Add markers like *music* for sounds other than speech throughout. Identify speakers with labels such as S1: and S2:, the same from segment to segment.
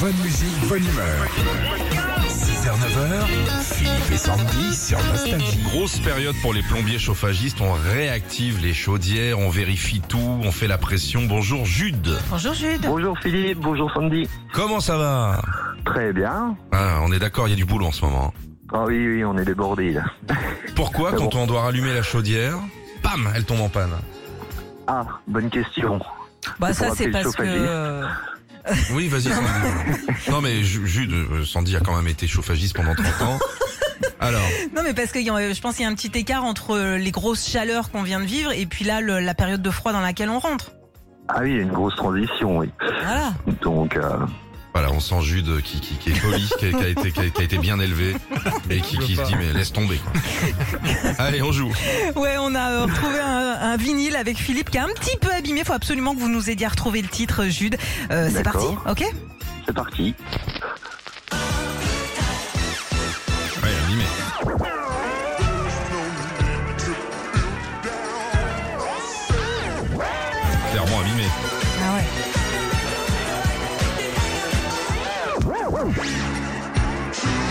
S1: Bonne musique, bonne humeur. 6h-9h, Philippe et Sandy sur Nostalgie.
S2: Grosse période pour les plombiers chauffagistes, on réactive les chaudières, on vérifie tout, on fait la pression. Bonjour Jude,
S3: Bonjour Jude.
S4: Bonjour Philippe, bonjour Sandy.
S2: comment ça va
S4: Très bien.
S2: Ah, On est d'accord, il y a du boulot en ce moment.
S4: Ah oui, oui, on est débordé là.
S2: Pourquoi quand on doit rallumer la chaudière, bam, elle tombe en panne
S4: Ah, bonne question.
S3: Bah
S4: C'est
S3: ça
S4: pour
S3: c'est
S4: appeler le
S3: parce que
S4: chauffagiste.
S3: euh,
S2: Oui, vas-y Sandy. Non mais Ju- Jude, euh, Sandy a quand même été chauffagiste pendant 30 *laughs* ans. Alors,
S3: non mais parce que y a- euh, je pense qu'il y a un petit écart entre euh, les grosses chaleurs qu'on vient de vivre et puis là le- la période de froid dans laquelle on rentre.
S4: Ah oui, une grosse transition, oui.
S3: Voilà.
S4: Donc, euh,
S2: voilà, on sent Jude qui, qui, qui est poli, qui a, qui a été, qui a- qui a été bien élevé et qui, qui se dit mais laisse tomber. quoi. Allez, on joue.
S3: Ouais, on a euh, retrouvé un, un vinyle avec Philippe qui est un petit peu abîmé. Faut absolument que vous nous aidiez à retrouver le titre, Jude. Euh, c'est parti,
S4: D'accord.
S3: ok
S4: c'est parti.
S2: Ouais, animé. Clairement abîmé.
S3: Ah ouais.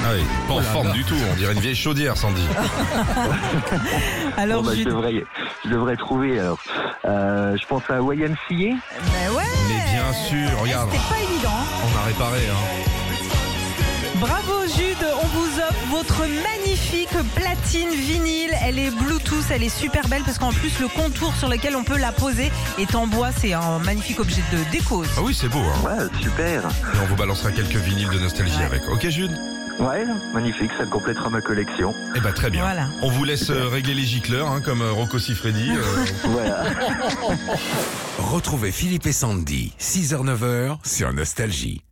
S2: Ah oui, pas en forme du tout, on dirait une vieille chaudière, Sandy.
S3: Alors
S4: Bon, bah, je,
S3: Jude.
S4: devrais, je devrais trouver alors. Euh, je pense à YMCA.
S3: Bah ouais. Ah,
S2: Mais bien sûr, regarde,
S3: C'était pas évident. hein.
S2: on a réparé. Hein.
S3: Bravo Jude, on vous offre votre magnifique platine vinyle. Elle est Bluetooth, elle est super belle parce qu'en plus le contour sur lequel on peut la poser est en bois. C'est un magnifique objet de déco. aussi.
S2: Ah oui, c'est beau. Hein.
S4: Ouais, super.
S2: Et on vous balancera quelques vinyles de nostalgie avec. Ok, Jude
S4: Ouais, magnifique, ça complétera ma collection.
S2: Eh ben très bien.
S3: Voilà.
S2: On vous laisse euh, régler les gicleurs, hein, comme euh, Rocco Siffredi. euh,
S4: Voilà.
S1: Retrouvez Philippe et Sandy, 6h-9h sur Nostalgie.